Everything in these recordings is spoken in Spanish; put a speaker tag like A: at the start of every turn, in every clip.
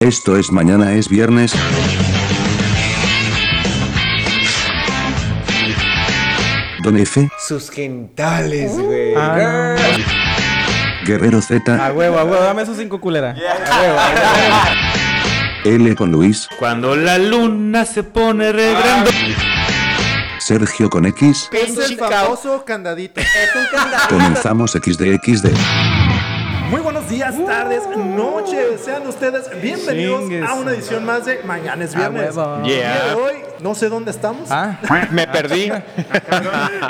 A: Esto es mañana es viernes. Don F,
B: Sus quintales, güey.
C: Ah,
A: Guerrero
C: A
A: Z,
C: huevo, a huevo, dame esos cinco culera.
A: L con Luis,
D: Cuando la luna se pone re grande.
A: Sergio con X,
B: Pinche
E: Es el
B: caos.
E: famoso candadito.
A: comenzamos XDXD.
E: Muy buenos días, tardes, noches. Sean ustedes bienvenidos
C: Chingues.
E: a una edición más de Mañana es
C: A
E: Viernes.
C: huevo.
E: El día de hoy, no sé dónde estamos.
C: Ah,
D: Me perdí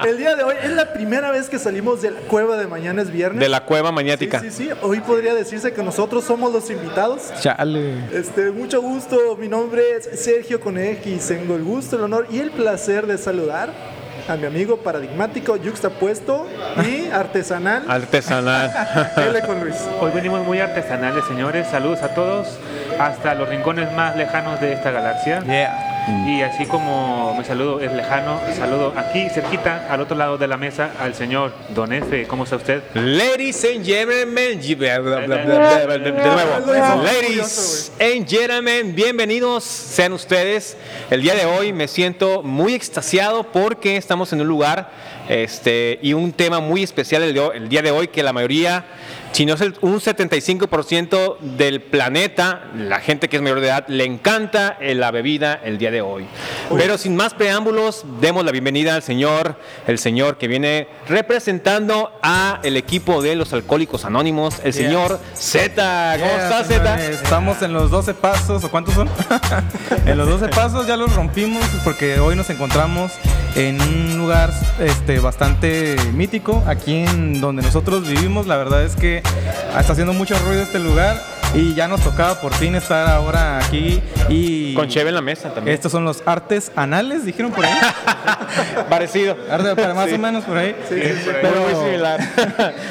E: El día de hoy es la primera vez que salimos de la cueva de Mañana es Viernes.
D: de la cueva
E: sí,
D: maniática.
E: sí, sí. Hoy podría decirse que nosotros somos los invitados.
C: chale.
E: Este, mucho gusto, mi nombre es Sergio con E X. Tengo el gusto, el honor y el placer de saludar a mi amigo paradigmático, yuxtapuesto y artesanal,
D: Artesanal.
E: L con Luis.
F: Hoy venimos muy artesanales, señores. Saludos a todos, hasta los rincones más lejanos de esta galaxia.
C: Yeah.
F: Y así como mi saludo es lejano, saludo aquí, cerquita, al otro lado de la mesa, al señor Don Efe. ¿Cómo está usted?
D: Ladies and gentlemen. y bla, bla, bla, bla, bla, De nuevo. Ladies and gentlemen, bienvenidos sean ustedes. El día de hoy me siento muy extasiado porque estamos en un lugar este, y un tema muy especial el, de- el día de hoy que la mayoría, si no es el- un 75% del planeta, la gente que es mayor de edad, le encanta eh, la bebida el día de hoy. Pero sin más preámbulos, demos la bienvenida al señor, el señor que viene representando a el equipo de los alcohólicos anónimos, el señor Z. ¿Cómo
C: Yeah,
D: estás,
C: señores,
D: Z?
C: Estamos en los 12 pasos, ¿o cuántos son? en los 12 pasos ya los rompimos porque hoy nos encontramos en un lugar este, bastante mítico, aquí en donde nosotros vivimos. La verdad es que está haciendo mucho ruido este lugar y ya nos tocaba por fin estar ahora aquí y...
D: Con Cheve en la mesa también.
C: Estos son los artes anales, dijeron por ahí.
D: Parecido.
C: Arte, pero más o menos por ahí.
D: Pero muy similar.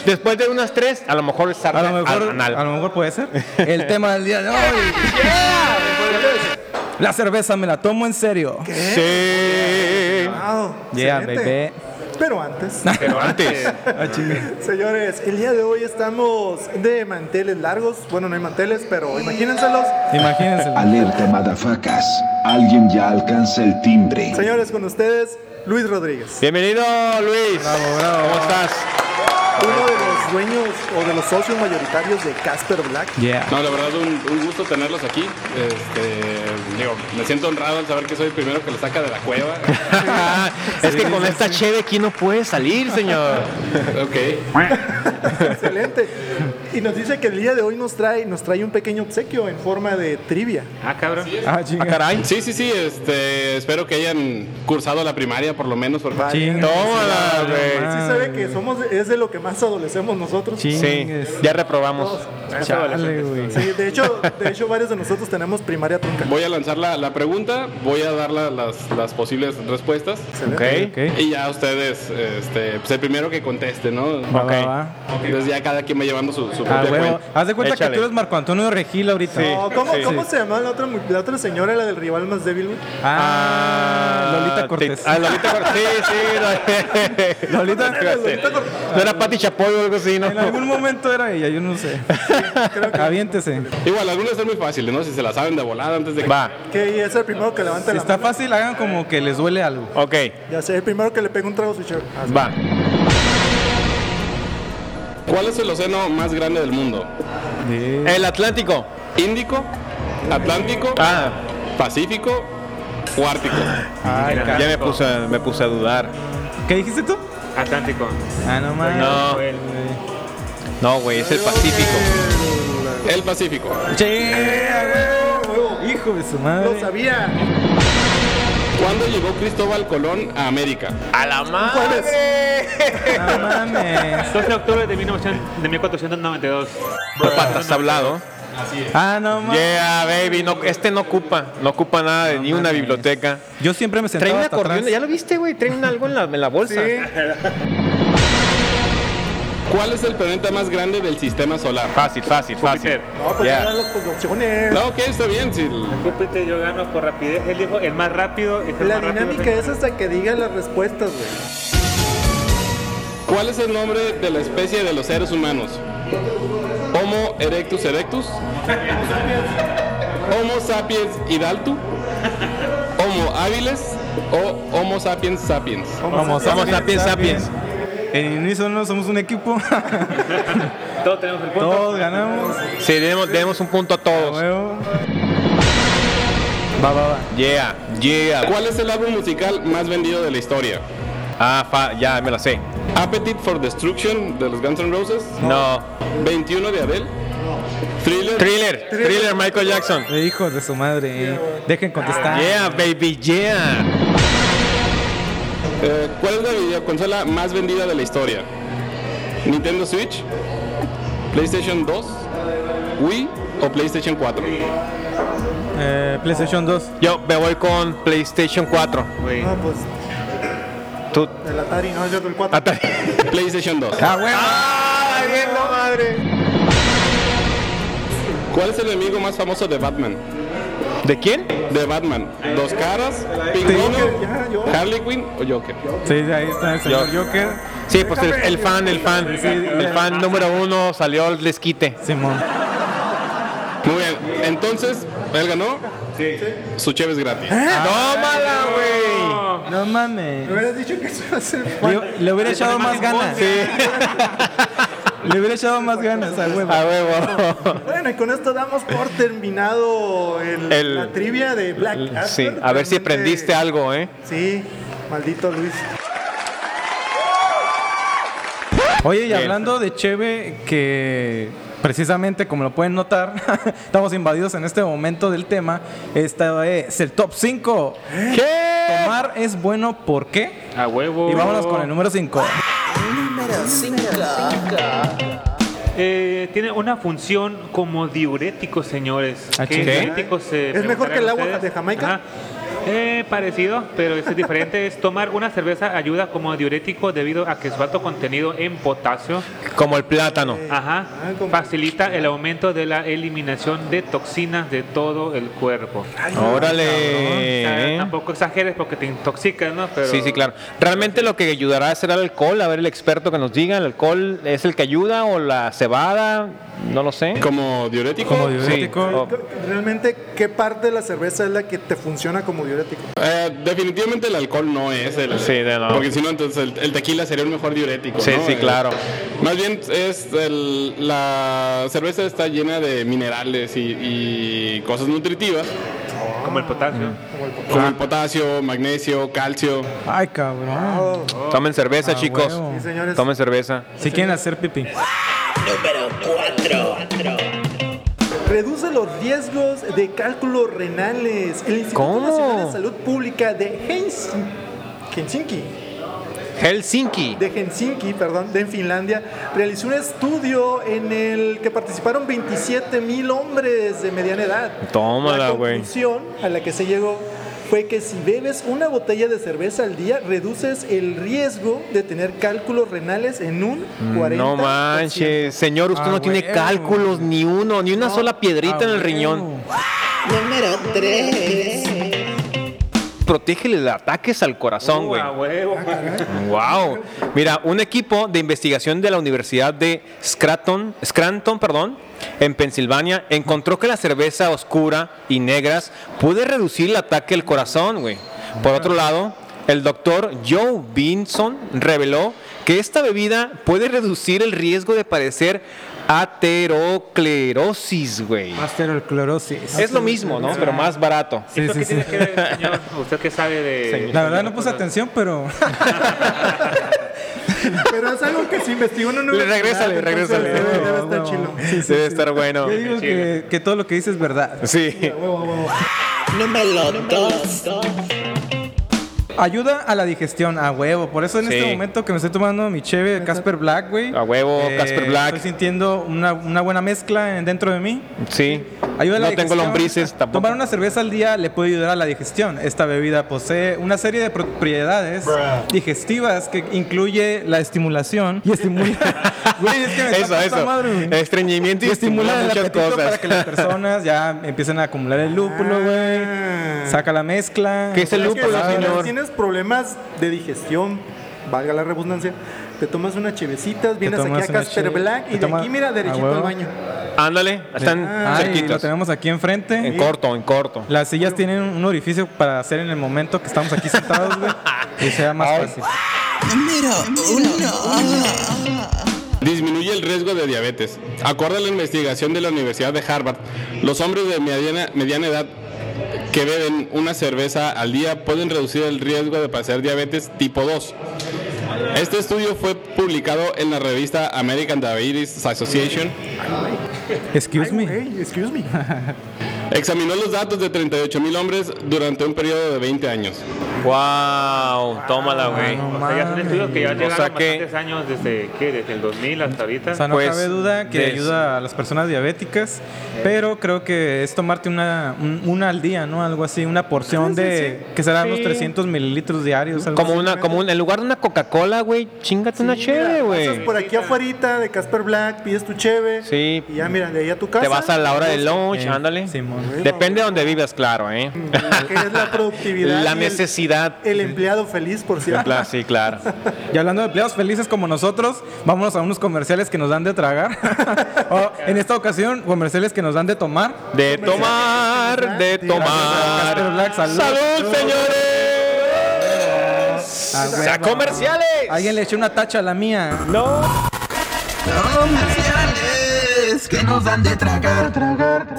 D: Después de unas tres, a lo mejor es
C: A lo, mejor,
D: anal.
C: a lo mejor puede ser. El tema del día de hoy. La cerveza me la tomo en serio.
D: Sí.
E: Wow,
C: Yeah,
E: excelente.
C: baby.
E: Pero antes,
D: Pero antes.
C: Ah, chinga.
E: señores, el día de hoy estamos de manteles largos. Bueno, no hay manteles, pero imagínenselos.
C: Imagínense.
A: Ah,
G: Alerta madafacas. Alguien ya alcanza el timbre.
E: Señores, con ustedes, Luis Rodríguez,
D: Bienvenido, Luis.
C: Bravo, bravo.
D: ¿Cómo estás?
E: uno de los dueños o de los socios mayoritarios de Casper Black.
C: Yeah.
H: No, la verdad, un, un gusto tenerlos aquí. Este, digo, me siento honrado al saber que soy el primero que lo saca de la cueva.
D: es que con esta cheve aquí no puede salir, señor.
H: ok.
E: Excelente. Y nos dice que el día de hoy nos trae, nos trae un pequeño obsequio en forma de trivia.
F: Ah, cabrón.
C: Ah, chinga. caray.
H: Sí, sí, sí. Este, espero que hayan cursado la primaria por lo menos. Porque
D: Tómala, güey.
E: Sí sabe que somos, es de lo que más adolecemos nosotros.
D: Sí, ya reprobamos.
C: Chale, güey.
E: Sí, de hecho, de hecho varios de nosotros tenemos primaria trunca.
H: voy a lanzar la, la pregunta, voy a dar la- las, las posibles respuestas.
E: Excelente.
D: Ok.
C: Ok.
H: Y ya ustedes, este, pues el primero que conteste, ¿no?
C: Va, va,
D: Ok.
C: va.
H: Entonces ya cada quien va llevando su, su
C: Ah,
H: propia
C: huevo.
H: cuenta.
C: Haz de cuenta que
D: Échale.
C: tú eres Marco Antonio Regil ahorita.
E: No, Oh, ¿Cómo, cómo se llama la otra, mu- la otra señora, la del rival más débil? güey?
C: Ah, Lolita
D: te-
C: Cortés.
D: Ah, Lolita Cortés, sí, sí.
C: Lolita-
E: Lolita Cortés.
D: No era Pati Chapoy o algo así, ¿no?
C: En algún momento era ella, yo no sé. Aviéntese.
H: Igual, algunas son muy fáciles, ¿no? Si se la saben de volada antes de que...
D: Va,
E: Que es el primero que levanta
C: Si
E: la
C: está
E: mano.
C: fácil, hagan como que les duele algo.
D: ok,
E: Ya sé, el primero que le pega un trago a su chef. Ah,
D: va.
H: ¿Cuál es el océano más grande del mundo?
D: El Atlántico.
H: ¿Índico? ¿Atlántico?
D: Ah,
H: ¿Pacífico o Ártico?
C: Ay,
D: ya me puse, me puse a dudar.
C: ¿Qué dijiste tú?
F: Atlántico.
C: Ah, no mames.
D: No,
F: El-
D: no, güey, es el Pacífico.
H: El Pacífico.
C: Che, güey. Hijo de su
E: Lo
C: madre.
E: sabía.
H: ¿Cuándo llegó Cristóbal Colón a América?
D: ¡A la madre!
C: No mames.
F: 12 de octubre de, 1900 de 1492.
D: patas hablado.
C: Ah, no mames.
D: Yeah, baby, no, este no ocupa, no ocupa nada de ni una biblioteca.
C: Yo siempre me
D: Trae
C: sentaba
D: un
C: hasta atrás.
D: acordeón, ya lo viste, güey, trae un algo en la, en la bolsa.
H: ¿Cuál es el planeta más grande del sistema solar?
D: Fácil, fácil, fácil.
E: No, pues
D: Ya.
E: ya las opciones.
H: No, que está bien. Si
F: Júpiter, yo gano por rapidez. Él dijo el más rápido. es el
E: La
F: más rápido.
E: dinámica es hasta que diga las respuestas, güey.
H: ¿Cuál es el nombre de la especie de los seres humanos? Homo erectus erectus. Homo sapiens hidaltu, Homo hábiles o Homo sapiens sapiens.
C: Vamos, vamos, sapiens, sapiens. En unísono somos un equipo.
F: Todos tenemos el punto.
C: Todos ganamos.
D: Sí, tenemos, tenemos un punto a
C: A
D: todos.
C: huevo. Va, va, va.
D: Yeah, yeah.
H: ¿Cuál es el álbum musical más vendido de la historia?
D: Ah, fa- ya me la sé.
H: Appetite for Destruction de los Guns N' Roses,
D: No.
H: 21 de Adele, Thriller,
D: Thriller, thriller Michael Jackson.
C: Eh, Hijos de su madre. eh. Dejen contestar.
D: Yeah, baby, yeah.
H: Eh, ¿Cuál es la videoconsola más vendida de la historia? ¿Nintendo Switch? ¿PlayStation 2? ¿Wii o PlayStation 4?
C: Eh, PlayStation 2.
D: Yo me voy con PlayStation 4.
F: Güey.
E: No, pues
D: Tú.
E: el Atari, no, yo el 4.
D: Atari.
H: PlayStation 2.
C: Ah, huevo.
H: ¿Cuál es el enemigo más famoso de Batman?
D: ¿De quién?
H: De Batman. ¿Dos caras?
E: Ah,
H: ¿Pingüino? ¿Harley Quinn o Joker?
C: Sí, ahí está el señor Joker.
D: Sí, pues el, el fan, el fan. El fan número uno salió al desquite.
C: Simón.
H: Muy bien, entonces, él ganó. Sí. Su cheve es gratis.
D: ¿Eh?
C: Ah.
D: ¡Tómala, güey!
C: No mames.
E: Me hubieras dicho que eso iba a ser
C: Le, le hubiera echado más ganas. Le hubiera echado más ganas al huevo.
D: A huevo.
E: Bueno, y con esto damos por terminado el-
D: El-
E: la trivia de Black Casper.
D: Sí, a ver si
E: Realmente-
D: aprendiste algo, ¿eh?
E: Sí, maldito Luis.
C: Oye, y hablando de Cheve, que precisamente como lo pueden notar, estamos invadidos en este momento del tema. Este es el top 5.
D: ¿Qué?
C: Tomar es bueno, ¿por qué?
F: A huevo.
C: Y vámonos con el número 5.
F: Eh, tiene una función como diurético, señores.
C: Ah,
F: ¿Qué
C: chinga.
F: diurético se
E: ¿Es mejor que el agua
F: preguntarán ustedes?
E: de Jamaica?
F: Ajá. Eh, parecido, pero este es diferente. es tomar una cerveza ayuda como diurético debido a que su alto contenido en potasio
D: Como el plátano.
F: ajá,
E: Ah, como-
F: facilita el aumento de la eliminación de toxinas de todo el cuerpo.
E: Ah,
F: O
C: Eh.
F: sea,
D: Órale.
F: Tampoco exageres porque te intoxicas, ¿no? Pero-
D: Sí, sí, claro. ¿Realmente lo que ayudará será el alcohol? A ver, el experto que nos diga, ¿el alcohol es el que ayuda o la cebada? No lo sé.
H: Como diurético.
C: Como
H: Sí.
C: diurético.
D: o-
E: Realmente, ¿qué parte de la cerveza es la que te funciona como diurético?
H: Eh, definitivamente el alcohol no es el.
D: Sí, de no.
H: Porque si no, entonces el, el tequila sería un mejor diurético.
D: Sí,
H: ¿no?
D: sí,
H: Eh,
D: claro.
H: más bien es el- la cerveza está llena de minerales y, y cosas nutritivas
F: Como el potasio.
C: Mm.
H: como el potasio, magnesio, calcio.
C: Ay, cabrón.
D: Oh. Tomen cerveza,
C: Ah,
D: chicos.
C: huevo.
E: Sí, señores.
D: Tomen cerveza.
C: Si quieren hacer pipí.
E: Reduce los riesgos de cálculos renales. El Instituto
D: ¿Cómo?
E: Nacional de Salud Pública de Helsinki. Helsinki,
D: Helsinki.
E: de Helsinki, perdón, de Finlandia, realizó un estudio en el que participaron 27 mil hombres de mediana edad.
D: Tómala,
E: La
D: güey.
E: conclusión a la que se llegó fue que si bebes una botella de cerveza al día, reduces el riesgo de tener cálculos renales en un 40%.
D: Mm, No manches, señor, usted
C: Ah,
D: no tiene
C: huevo. ah,
D: cálculos ni uno, ni una sola piedrita en el riñón.
I: Número 3.
D: Protégele de ataques al
C: Uh,
D: corazón,
C: ah,
D: güey.
F: A Ah, huevo.
E: Ah,
D: Wow. Mira, un equipo de investigación de la Universidad de Scranton, Scranton, perdón, en Pensilvania, encontró que la cerveza oscura y negras puede reducir el ataque al corazón, güey. Por otro lado, el doctor Joe Vinson reveló que esta bebida puede reducir el riesgo de padecer ateroclerosis, güey.
C: Asteroclerosis.
D: Es lo mismo, ¿no? Pero más barato.
C: Sí,
F: ¿Esto
C: sí,
F: qué
C: sí.
F: tiene que ver, señor? ¿Usted qué sabe de...?
C: La verdad no puse atención, pero.
E: Pero es algo que se investigó en un
D: Regrésale, regrésale.
E: Debe, debe estar
C: Huevo.
E: chilo.
C: Sí, sí,
D: Debe
C: sí.
D: estar bueno.
C: Yo digo que, que todo lo que dices es verdad.
D: Sí.
I: Número 2.
C: Ayuda a la digestión, a huevo. Por eso en
D: Sí.
C: este momento que me estoy tomando mi cheve de Casper Black, güey. eh,
D: A huevo, Casper Black.
C: Estoy sintiendo una, una buena mezcla en- dentro de mí.
D: Sí.
C: Ayuda a la
D: no tengo
C: digestión.
D: lombrices tampoco.
C: Tomar una cerveza al día le puede ayudar a la digestión. Esta bebida posee una serie de propiedades digestivas que incluye la estimulación y estimula. Güey, es que me está
D: eso,
C: puta
D: eso.
C: madre, güey.
D: Estreñimiento y
C: Y estimula
D: estimula
C: el
D: muchas
C: apetito
D: cosas.
C: para que las personas ya empiecen a acumular el lúpulo, güey. Saca la mezcla.
D: ¿Qué es el
E: Ah. Es que
D: lúpulo,
E: si
D: señor?
E: tienes problemas de digestión, valga la redundancia, te tomas unas chevecitas, vienes
C: tomas
E: aquí a
C: una
E: Casper
C: cheve,
E: Black
C: te
E: y de
C: toma-
E: aquí, mira,
C: a
E: derechito
C: huevo.
E: al baño.
D: Ándale, están
C: Ah, y lo
D: cerquitas.
C: tenemos aquí enfrente.
D: En corto, en corto.
C: Las sillas tienen un orificio para hacer en el momento que estamos aquí sentados, güey. Y sea más fácil.
H: Disminuye el riesgo de diabetes. Acorde a la investigación de la Universidad de Harvard, los hombres de mediana, mediana edad que beben una cerveza al día pueden reducir el riesgo de padecer diabetes tipo 2. Este estudio fue publicado en la revista American Diabetes Association.
C: Excuse me.
E: Hey, excuse me.
H: Examinó los datos de 38 mil hombres durante un periodo de 20 años.
D: Wow, tómala, güey.
C: Ah, no
F: O sea, ya son
C: mames.
F: estudios que ya llegaron
D: sea que-
F: bastantes años desde, ¿qué? Desde el 2000 hasta ahorita.
C: O sea, no
D: Pues, Eh.
C: cabe duda que
D: des-
C: ayuda a las personas diabéticas, pero creo que es tomarte una, un- una al día, ¿no? Algo así, una porción de que serán unos
F: Sí.
C: 300 mililitros diarios. algo
D: Como
C: así.
D: una, como un- en lugar de una Coca-Cola, güey, chingate una chévere,
E: Pasas
D: güey.
E: por aquí afuera de Casper Black, pides tu cheve.
D: Sí.
E: Y ya, mira, de ahí a tu casa.
D: Te vas a la hora del lunch,
C: Eh,
D: ándale.
C: Simón.
D: Depende de donde vivas, claro, ¿eh?
E: Que es la productividad.
D: La
E: y el-
D: necesidad.
E: El, empleado feliz, por cierto.
D: Claro, Sí, claro.
C: Y hablando de empleados felices como nosotros, vámonos a unos comerciales que nos dan de tragar. O, en esta ocasión, comerciales que nos dan de tomar.
D: De tomar, de
C: Casper
D: tomar.
C: Black, salud.
D: ¡Salud, señores!
C: Ah, güey,
D: ¡A
C: vamos.
D: comerciales!
C: Alguien le echó una tacha a la mía.
I: Comerciales que nos dan de tragar.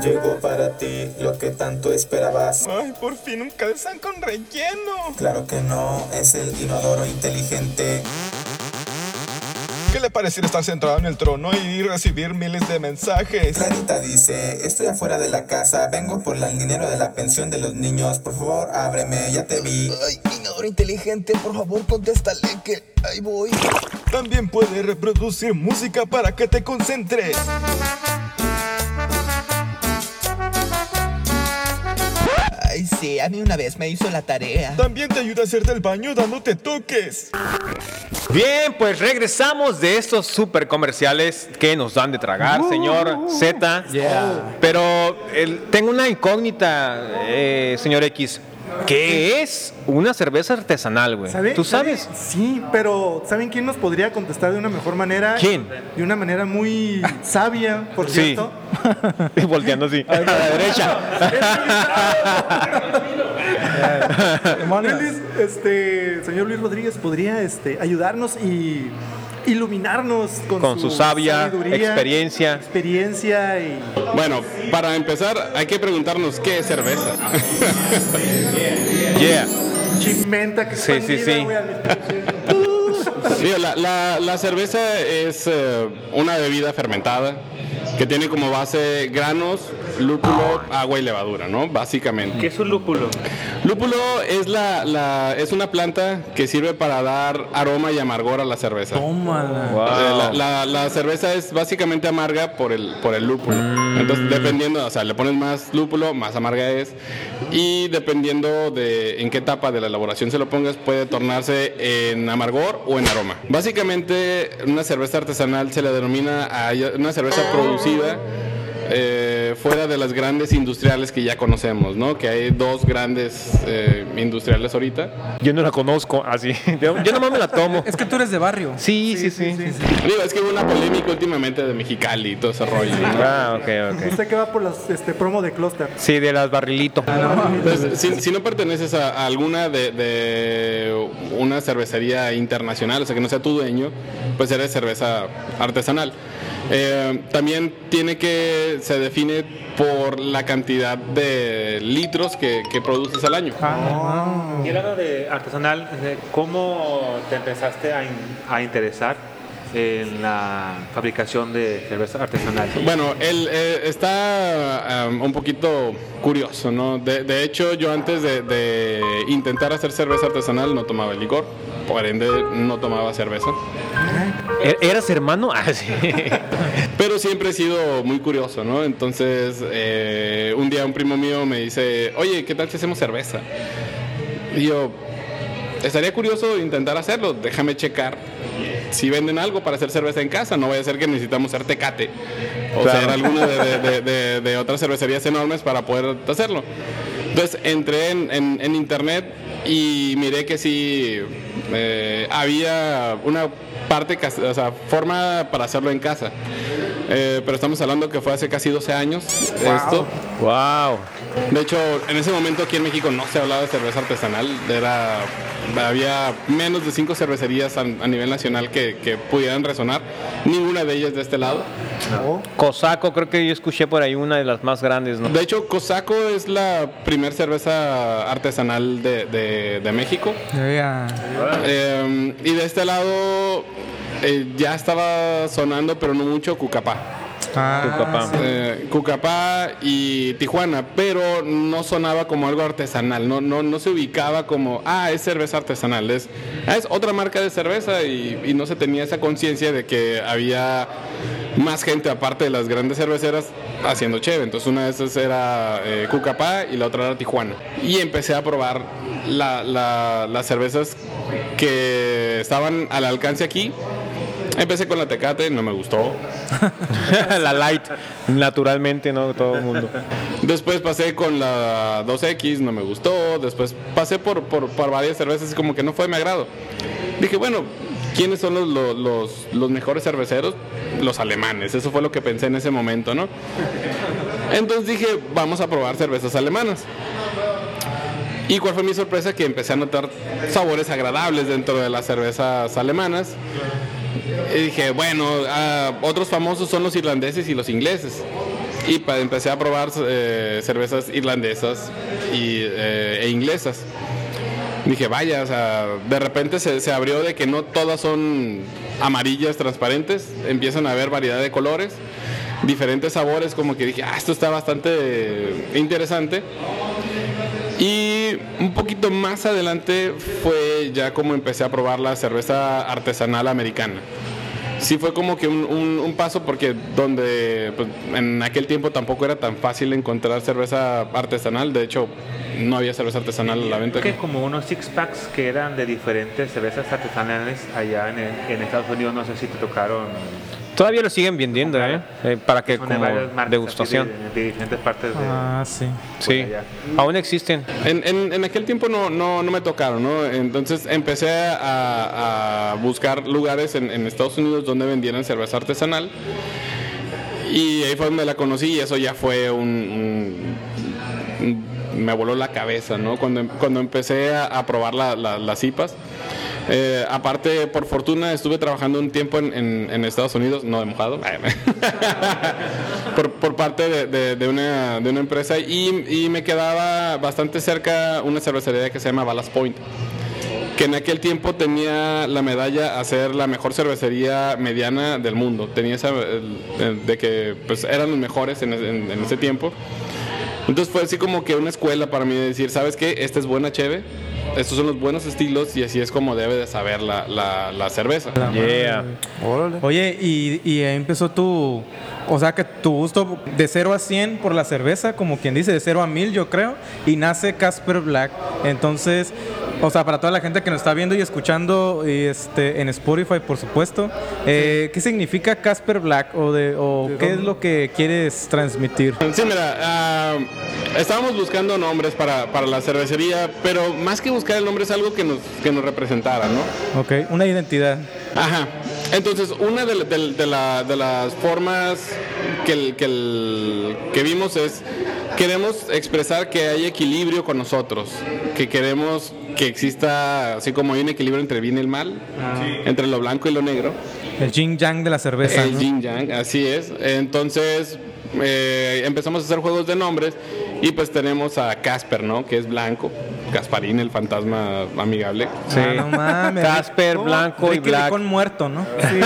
J: Llegó para ti lo que tanto esperabas.
H: Ay, por fin un calzón con relleno.
J: Claro que no, es el inodoro inteligente.
H: ¿Qué le pareciera estar centrado en el trono y recibir miles de mensajes?
J: Clarita dice, estoy afuera de la casa, vengo por el dinero de la pensión de los niños, por favor ábreme, ya te vi.
I: Ay, inodoro inteligente, por favor, contéstale que ahí voy.
H: También puede reproducir música para que te concentres.
I: Ay, sí, a mí una vez me hizo la tarea.
H: También te ayuda a hacerte el baño dándote toques.
D: Bien, pues regresamos de estos super comerciales que nos dan de tragar, señor Z. Pero el- tengo una incógnita, eh, señor X. ¿Qué es una cerveza artesanal, güey?
E: ¿Sabe?
D: ¿Tú
E: ¿Sabe?
D: sabes?
E: Sí, pero ¿saben quién nos podría contestar de una mejor manera?
D: ¿Quién?
E: De una manera muy sabia, por
D: Sí.
E: cierto.
D: Y volteando así, a la derecha.
E: Luis, este, señor Luis Rodríguez podría este, ayudarnos y iluminarnos con,
D: Con su sabia experiencia.
E: experiencia y
H: Bueno, para empezar, hay que preguntarnos qué es cerveza.
D: yeah.
E: chimenta que
D: Sí, sí,
E: expandida,
D: sí.
E: güey, al mismo
H: Digo, la, la- la cerveza es eh, una bebida fermentada que tiene como base granos, lúpulo, agua y levadura, ¿no? Básicamente.
F: ¿Qué es un lúpulo?
H: Lúpulo es, la, la- es una planta que sirve para dar aroma y amargor a la cerveza.
C: Tómala.
D: Wow.
H: Eh, La, la- la cerveza es básicamente amarga por el, por el lúpulo. Entonces, dependiendo, o sea, le pones más lúpulo, más amarga es. Y dependiendo de en qué etapa de la elaboración se lo pongas, puede tornarse en amargor o en aroma. Básicamente, una cerveza artesanal se le denomina a ella- una cerveza producida. eh, fuera de las grandes industriales que ya conocemos, ¿no? Que hay dos grandes eh, industriales ahorita.
D: Yo no la conozco así. Yo, yo nomás me la tomo.
C: Es que tú eres de barrio.
D: Sí, sí, sí.
H: Digo, es que hubo una polémica últimamente de Mexicali y todo ese rollo. ¿no?
D: Ah, ok, ok.
E: Usted que va por las este, promo de Cluster.
D: Sí, de las barrilito.
H: Entonces, Pues, si, si no perteneces a, a alguna de, de una cervecería internacional, o sea que no sea tu dueño, pues eres cerveza artesanal. Eh, también tiene que, se define por la cantidad de litros que, que produces al año.
F: Y hablando de artesanal, eh, ¿cómo te empezaste a, in- a interesar en la fabricación de cerveza artesanal?
H: Bueno, él eh, está um, un poquito curioso, ¿no? De, de hecho, yo antes de, de intentar hacer cerveza artesanal no tomaba licor, por ende no tomaba cerveza.
D: ¿E- ¿Eras hermano? Ah, sí.
H: Pero siempre he sido muy curioso, ¿no? Entonces, eh, un día un primo mío me dice, oye, ¿qué tal si hacemos cerveza? Y yo, estaría curioso intentar hacerlo, déjame checar si venden algo para hacer cerveza en casa, no vaya a ser que necesitamos ser tecate o
D: Claro.
H: ser alguna de, de- de- de- de otras cervecerías enormes para poder hacerlo. Entonces entré en, en- en internet y miré que sí eh, había una parte, cas- o sea, forma para hacerlo en casa. Eh, pero estamos hablando que fue hace casi 12 años esto.
D: Wow.
H: De hecho, en ese momento aquí en México no se hablaba de cerveza artesanal. Era, había menos de cinco cervecerías a, a nivel nacional que, que pudieran resonar. Ninguna de ellas de este lado.
D: Cosaco, creo que yo escuché por ahí una de las más grandes, ¿no?
H: De hecho, Cosaco es la primer cerveza artesanal de, de- de México. Eh, y de este lado eh, ya estaba sonando, pero no mucho, Cucapá.
D: Cucapá.
H: Eh, Cucapá y Tijuana, pero no sonaba como algo artesanal, no, no, no se ubicaba como, ah, es cerveza artesanal, es, ah, es otra marca de cerveza y, y no se tenía esa conciencia de que había más gente aparte de las grandes cerveceras haciendo cheve, entonces una de esas era eh, Cucapá y la otra era Tijuana. Y empecé a probar la- la- las cervezas que estaban al alcance aquí. Empecé con la Tecate, no me gustó.
D: la light, naturalmente, ¿no? Todo el mundo.
H: Después pasé con la 2X, no me gustó. Después pasé por, por, por varias cervezas y como que no fue de mi agrado. Dije, bueno, ¿quiénes son los, los, los- los mejores cerveceros? Los alemanes. Eso fue lo que pensé en ese momento, ¿no? Entonces dije, vamos a probar cervezas alemanas. Y cuál fue mi sorpresa que empecé a notar sabores agradables dentro de las cervezas alemanas. Y dije, bueno, ah, otros famosos son los irlandeses y los ingleses. Y pa- empecé a probar eh, cervezas irlandesas y, eh, e inglesas. Dije, vaya, o sea, de repente se, se abrió de que no todas son amarillas transparentes, empiezan a haber variedad de colores, diferentes sabores, como que dije, ah, esto está bastante eh, interesante. Y un poquito más adelante fue ya como empecé a probar la cerveza artesanal americana. Sí fue como que un, un- un paso porque donde pues, en aquel tiempo tampoco era tan fácil encontrar cerveza artesanal, de hecho no había cerveza artesanal a la venta.
F: Creo que como unos six packs que eran de diferentes cervezas artesanales allá en, en Estados Unidos, no sé si te tocaron.
D: Todavía lo siguen vendiendo, ¿eh? Eh, para que
F: son de
D: como
F: varias marcas
D: degustación.
F: así de- de diferentes partes de.
C: Ah, sí.
D: Sí,
F: allá.
D: aún existen.
H: En, en- en aquel tiempo no, no, no me tocaron, ¿no? Entonces empecé a, a buscar lugares en, en Estados Unidos donde vendieran cerveza artesanal. Y ahí fue donde la conocí y eso ya fue un... un- un- me voló la cabeza, ¿no? Cuando, em- cuando empecé a, a probar la- la- las IPAs. Eh, aparte, por fortuna, estuve trabajando un tiempo en, en- en Estados Unidos, no de mojado, por, por parte de, de- de una, de una empresa y, y me quedaba bastante cerca una cervecería que se llama Ballas Point, que en aquel tiempo tenía la medalla a ser la mejor cervecería mediana del mundo. Tenía esa el- el- de que pues, eran los mejores en, en- en ese tiempo. Entonces fue así como que una escuela para mí de decir, ¿sabes qué? Esta es buena cheve, estos son los buenos estilos y así es como debe de saber la, la- la cerveza.
D: Yeah.
C: Oye, y, y ahí empezó tu. O sea, que tu gusto de 0 a 100 por la cerveza, como quien dice, de 0 a 1000, yo creo. Y nace Casper Black. Entonces, o sea, para toda la gente que nos está viendo y escuchando y este, en Spotify, por supuesto, eh, ¿qué significa Casper Black? ¿O, de, o qué es lo que quieres transmitir?
H: Sí, mira, ah, estábamos buscando nombres para, para la cervecería, pero más que buscar el nombre es algo que nos, que nos representara, ¿no?
C: Ok, una identidad.
H: Ajá. Entonces, una de, la- de- de la- de las formas que, el- que, el- que vimos es, queremos expresar que hay equilibrio con nosotros, que queremos que exista, así como hay un equilibrio entre bien y el mal, entre lo blanco y lo negro.
C: El yin yang de la cerveza.
H: El
C: ¿no?
H: yin yang, así es. Entonces eh, empezamos a hacer juegos de nombres y pues tenemos a Casper, ¿no? Que es blanco. Gasparín, el fantasma amigable.
D: Sí.
C: Ah, no mames.
D: Casper,
C: Oh,
D: Blanco y
C: Ricky
D: Black.
C: Ricón muerto, ¿no?
E: Sí,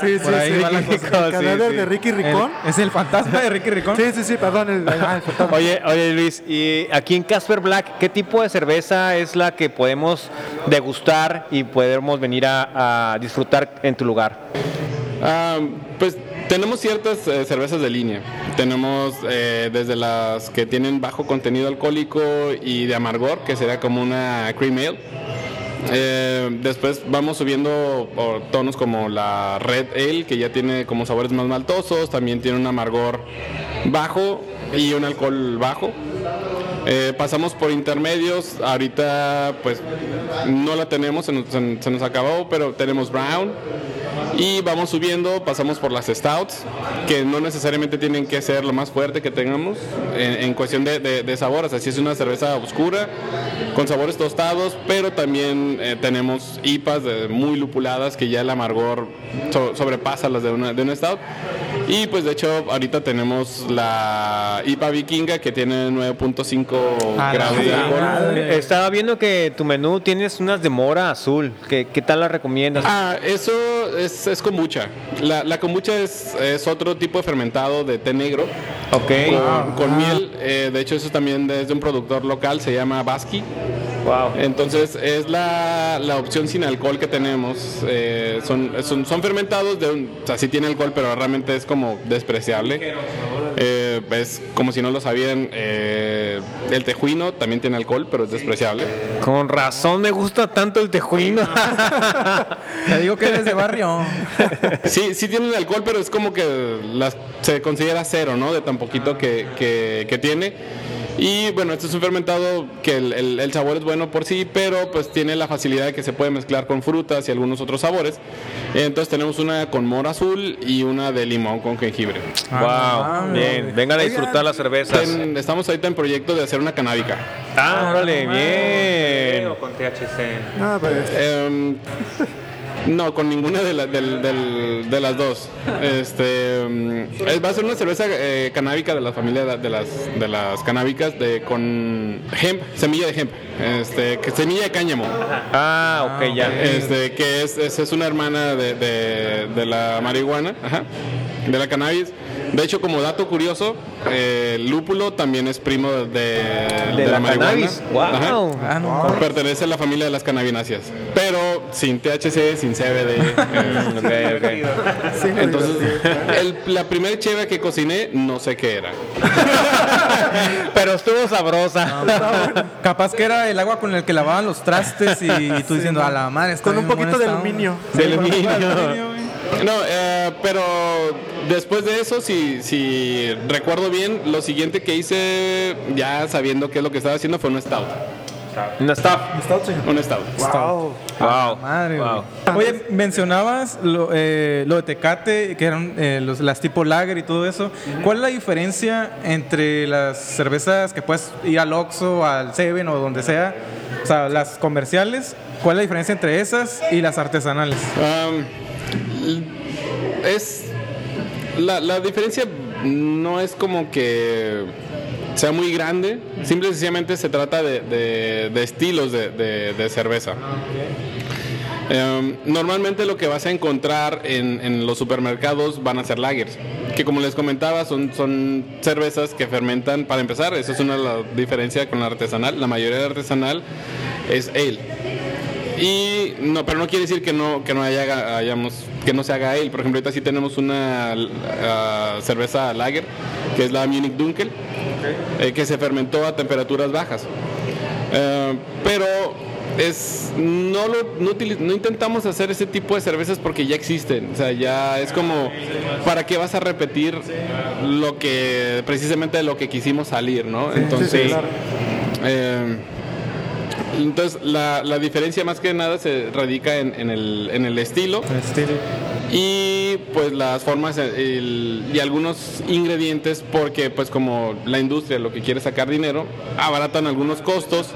E: sí, sí.
C: Por ahí
E: sí,
C: va la
E: el
C: cosa.
E: cadáver
D: sí.
E: de Ricky Ricón.
C: El- es el fantasma de Ricky Ricón.
E: Sí, sí, sí, perdón. El, ah, el fantasma.
D: Oye, oye Luis, y aquí en Casper Black, ¿qué tipo de cerveza es la que podemos degustar y podemos venir a, a disfrutar en tu lugar?
H: Ah, pues tenemos ciertas eh, cervezas de línea. Tenemos eh, desde las que tienen bajo contenido alcohólico y de amargor, que será como una cream ale. Eh, después vamos subiendo por tonos como la red ale, que ya tiene como sabores más maltosos, también tiene un amargor bajo y un alcohol bajo. Eh, pasamos por intermedios, ahorita pues no la tenemos, se nos, se- se nos acabó, pero tenemos Brown. Y vamos subiendo, pasamos por las stouts, que no necesariamente tienen que ser lo más fuerte que tengamos en, en cuestión de, de, de sabor. O sea, sí es una cerveza oscura, con sabores tostados, pero también eh, tenemos IPAs de- muy lupuladas que ya el amargor so- sobrepasa las de una, de una stout. Y pues de hecho ahorita tenemos la IPA vikinga que tiene 9.5
D: Ah,
H: grados
D: sí.
H: de alcohol.
D: Eh, Estaba viendo que tu menú tienes unas de mora azul. ¿Qué, qué tal la recomiendas?
H: Ah, eso es, es kombucha. La, la kombucha es, es otro tipo de fermentado de té negro.
D: Ok.
H: Con, con miel. Eh, de hecho, eso también es de un productor local, se llama Basqui.
D: Wow.
H: Entonces, es la, la opción sin alcohol que tenemos. Eh, son, son, son fermentados de un. O sea, sí tiene alcohol, pero realmente es como despreciable. Eh, es como si no lo sabían. eh, el tejuino también tiene alcohol, pero es despreciable.
D: Con razón me gusta tanto el tejuino.
C: Te digo que eres de barrio.
H: Sí, sí tienen alcohol, pero es como que las- se considera cero, ¿no? De tan poquito que, que- que tiene. Y bueno, este es un fermentado que el, el- el sabor es bueno por sí, pero pues tiene la facilidad de que se puede mezclar con frutas y algunos otros sabores. Entonces tenemos una con mora azul y una de limón con jengibre.
D: wow. Bien. Vengan a disfrutar las cervezas.
H: Ten- estamos ahorita en proyecto de hacer una canábica.
D: Ah, órale,
F: Eh,
D: bien.
F: o con THC.
E: Ah, pues.
H: Em, no, con ninguna de, la- del- del- de las dos. Este, em, es- va a ser una cerveza eh, canábica de la familia de, de las de las canábicas de con hemp, semilla de hemp, este, que semilla de cáñamo,
D: Ah, ok, ya.
H: este, que es, es, es una hermana de, de- de la marihuana, ajá, de la cannabis. De hecho, como dato curioso, eh, el lúpulo también es primo de,
D: De, la, cannabis.
H: Ajá.
D: Wow.
C: Ah, no.
H: Pertenece a la familia de las cannabináceas, pero sin THC, sin CBD. eh,
D: Ok, ok.
E: Sí, muy
H: Entonces,
E: divertido.
H: el- la primera cheve que cociné, no sé qué era.
D: Pero estuvo sabrosa.
C: Capaz que era el agua con el que lavaban los trastes y, y tú diciendo a la madre. está
E: Con un
C: bien
E: poquito de
C: buena esta
E: aluminio.
C: onda".
D: De
C: Sí, con un poquito de
D: aluminio.
C: aluminio, güey.
H: No, eh, pero después de eso, si, si recuerdo bien, lo siguiente que hice, ya sabiendo qué es lo que estaba haciendo, fue un stout.
D: No está.
E: Estados Unidos.
H: Un stout.
E: Wow.
D: Wow.
C: Madre, güey.
D: Wow.
C: Oye, mencionabas lo, eh, lo de Tecate, que eran eh, los- las tipo lager y todo eso. ¿Cuál es la diferencia entre las cervezas que puedes ir al Oxxo, al Seven o donde sea? O sea, las comerciales. ¿Cuál es la diferencia entre esas y las artesanales?
H: Um, l- es. La, la diferencia no es como que sea muy grande. Simple y sencillamente se trata de, de- de estilos de, de- de cerveza. Um, normalmente lo que vas a encontrar en, en los supermercados van a ser lagers, que como les comentaba son, son cervezas que fermentan para empezar, esa es una la diferencia con la artesanal, la mayoría de artesanal es ale, y no, pero no quiere decir que no que no haya hayamos que no se haga él. Por ejemplo, ahorita sí tenemos una ah, cerveza lager que es la Munich Dunkel, eh, que se fermentó a temperaturas bajas. Eh, pero es no lo no, utili- no intentamos hacer ese tipo de cervezas porque ya existen, o sea, ya es como para qué vas a repetir lo que precisamente de lo que quisimos salir, ¿no? Entonces
E: claro.
H: eh, entonces, la, la diferencia más que nada se radica en, en el, en el estilo y pues las formas eh, el- y algunos ingredientes porque pues como la industria lo que quiere es sacar dinero, abaratan algunos costos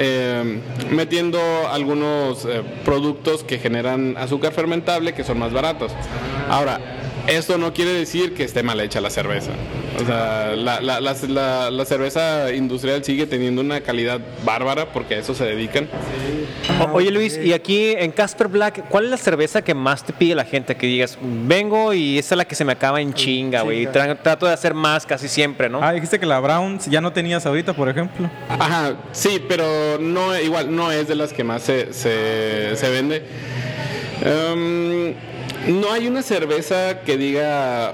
H: eh, metiendo algunos eh, productos que generan azúcar fermentable que son más baratos. Ahora, esto no quiere decir que esté mal hecha la cerveza. O sea, la, la- la- la- la cerveza industrial sigue teniendo una calidad bárbara porque a eso se dedican.
D: O- Oye Luis, y aquí en Casper Black, ¿cuál es la cerveza que más te pide la gente? Que digas, vengo y esa es la que se me acaba en chinga, güey. Tra- Trato de hacer más casi siempre, ¿no?
C: Ah, dijiste que la Brown ya no tenías ahorita, por ejemplo.
H: Ajá, sí, pero no, igual no es de las que más se, se- se vende. Em, no hay una cerveza que diga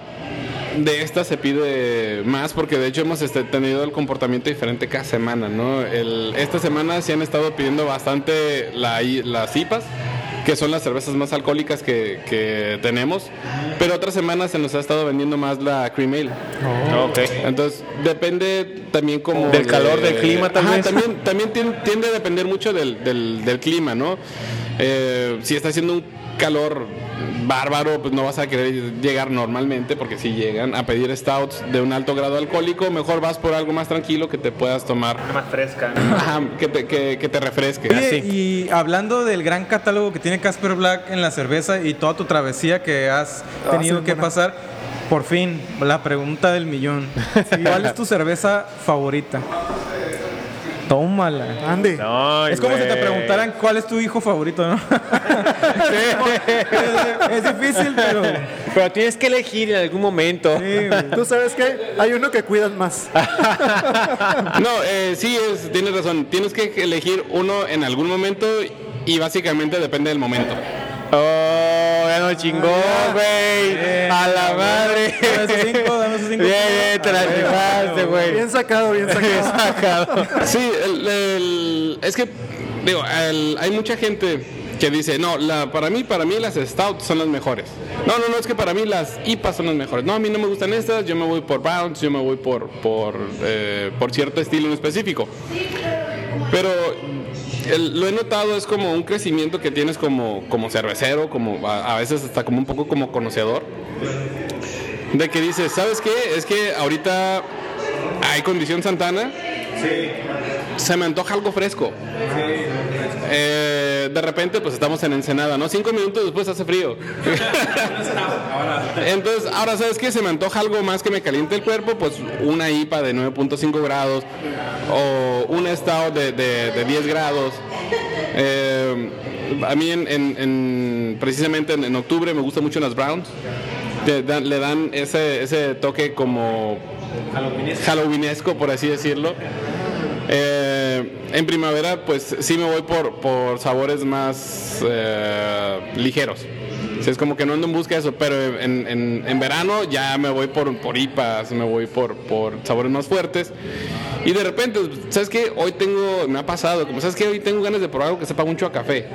H: de esta se pide más, porque de hecho hemos este, tenido el comportamiento diferente cada semana, ¿no? El- esta semana se han estado pidiendo bastante la, i- las IPAs. que son las cervezas más alcohólicas que, que tenemos. Pero otras semanas se nos ha estado vendiendo más la cream ale.
D: Ok.
H: Entonces, depende también como...
D: Del calor, del clima, tal
H: Ajá,
D: vez.
H: También, también tien- tiende a depender mucho del, del- del clima, ¿no? Eh, si está haciendo un calor bárbaro, pues no vas a querer llegar normalmente, porque si llegan a pedir stouts de un alto grado alcohólico, mejor vas por algo más tranquilo que te puedas tomar,
F: Más fresca.
H: Ajá, que, te, que, que te refresque.
C: Oye, y hablando del gran catálogo que tiene Casper Black en la cerveza y toda tu travesía que has tenido que pasar, por fin, la pregunta del millón. ¿Cuál es tu cerveza favorita? Tómala.
E: Ande.
D: Ay,
C: es como si te
D: güey.
C: preguntaran cuál es tu hijo favorito, ¿no? es difícil, pero...
D: Pero tienes que elegir en algún momento.
C: sí, güey.
E: ¿Tú sabes qué? Hay uno que cuidan más.
D: ah.
H: No, eh, sí, es- tienes razón. Tienes que elegir uno en algún momento y básicamente depende del momento.
D: Oh, ya no chingó, güey.
C: Ah, Bien,
D: a la
C: cabrón.
D: madre.
C: Dame esos cinco, dame esos cinco. Ah,
D: Bien, bien, te la rifaste, güey.
E: Bien sacado, bien sacado.
D: Sacado.
H: Sí, el- el- es que, digo, el- hay mucha gente que dice, no, la, para mí, para mí las stouts son las mejores. No, no, no, es que para mí las IPAs son las mejores. No, a mí no me gustan estas, yo me voy por Browns, yo me voy por, por, eh, por cierto estilo en específico. Pero el- lo he notado, es como un crecimiento que tienes como, como cervecero, como a, a veces hasta como un poco como conocedor. De que dices, ¿sabes qué? Es que ahorita hay condición Santana, se me antoja algo fresco. Eh, de repente, pues estamos en Ensenada, ¿no? Cinco minutos después hace frío. Entonces, ahora sabes que se me antoja algo más que me caliente el cuerpo, pues una IPA de 9.5 grados o un estado de, de- de 10 grados. Eh, a mí, en, en- en- precisamente en, en octubre, me gustan mucho las Browns. Te dan- le dan ese, ese toque como halloweenesco, por así decirlo. Eh, en primavera, pues sí me voy por, por sabores más eh, ligeros. O sea, es como que no ando en busca de eso, pero en, en- en verano ya me voy por, por IPAs, me voy por, por sabores más fuertes. Y de repente, ¿sabes qué? Hoy tengo, me ha pasado, como sabes que hoy tengo ganas de probar algo que sepa mucho a café.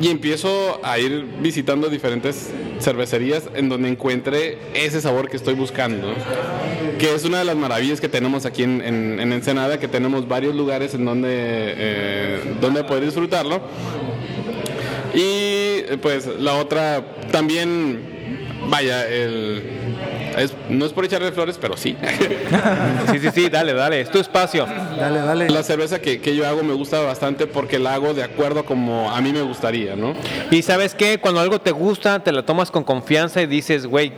H: Y empiezo a ir visitando diferentes cervecerías en donde encuentre ese sabor que estoy buscando que es una de las maravillas que tenemos aquí en, en- en Ensenada, que tenemos varios lugares en donde, eh, donde poder disfrutarlo. Y eh, pues la otra también, vaya, el, es- no es por echarle flores, pero sí.
D: Sí, sí, sí, dale, dale. Es tu espacio.
E: Dale, dale.
H: la cerveza que, que yo hago me gusta bastante porque la hago de acuerdo como a mí me gustaría, ¿no?
D: Y sabes qué, cuando algo te gusta, te la tomas con confianza y dices, güey,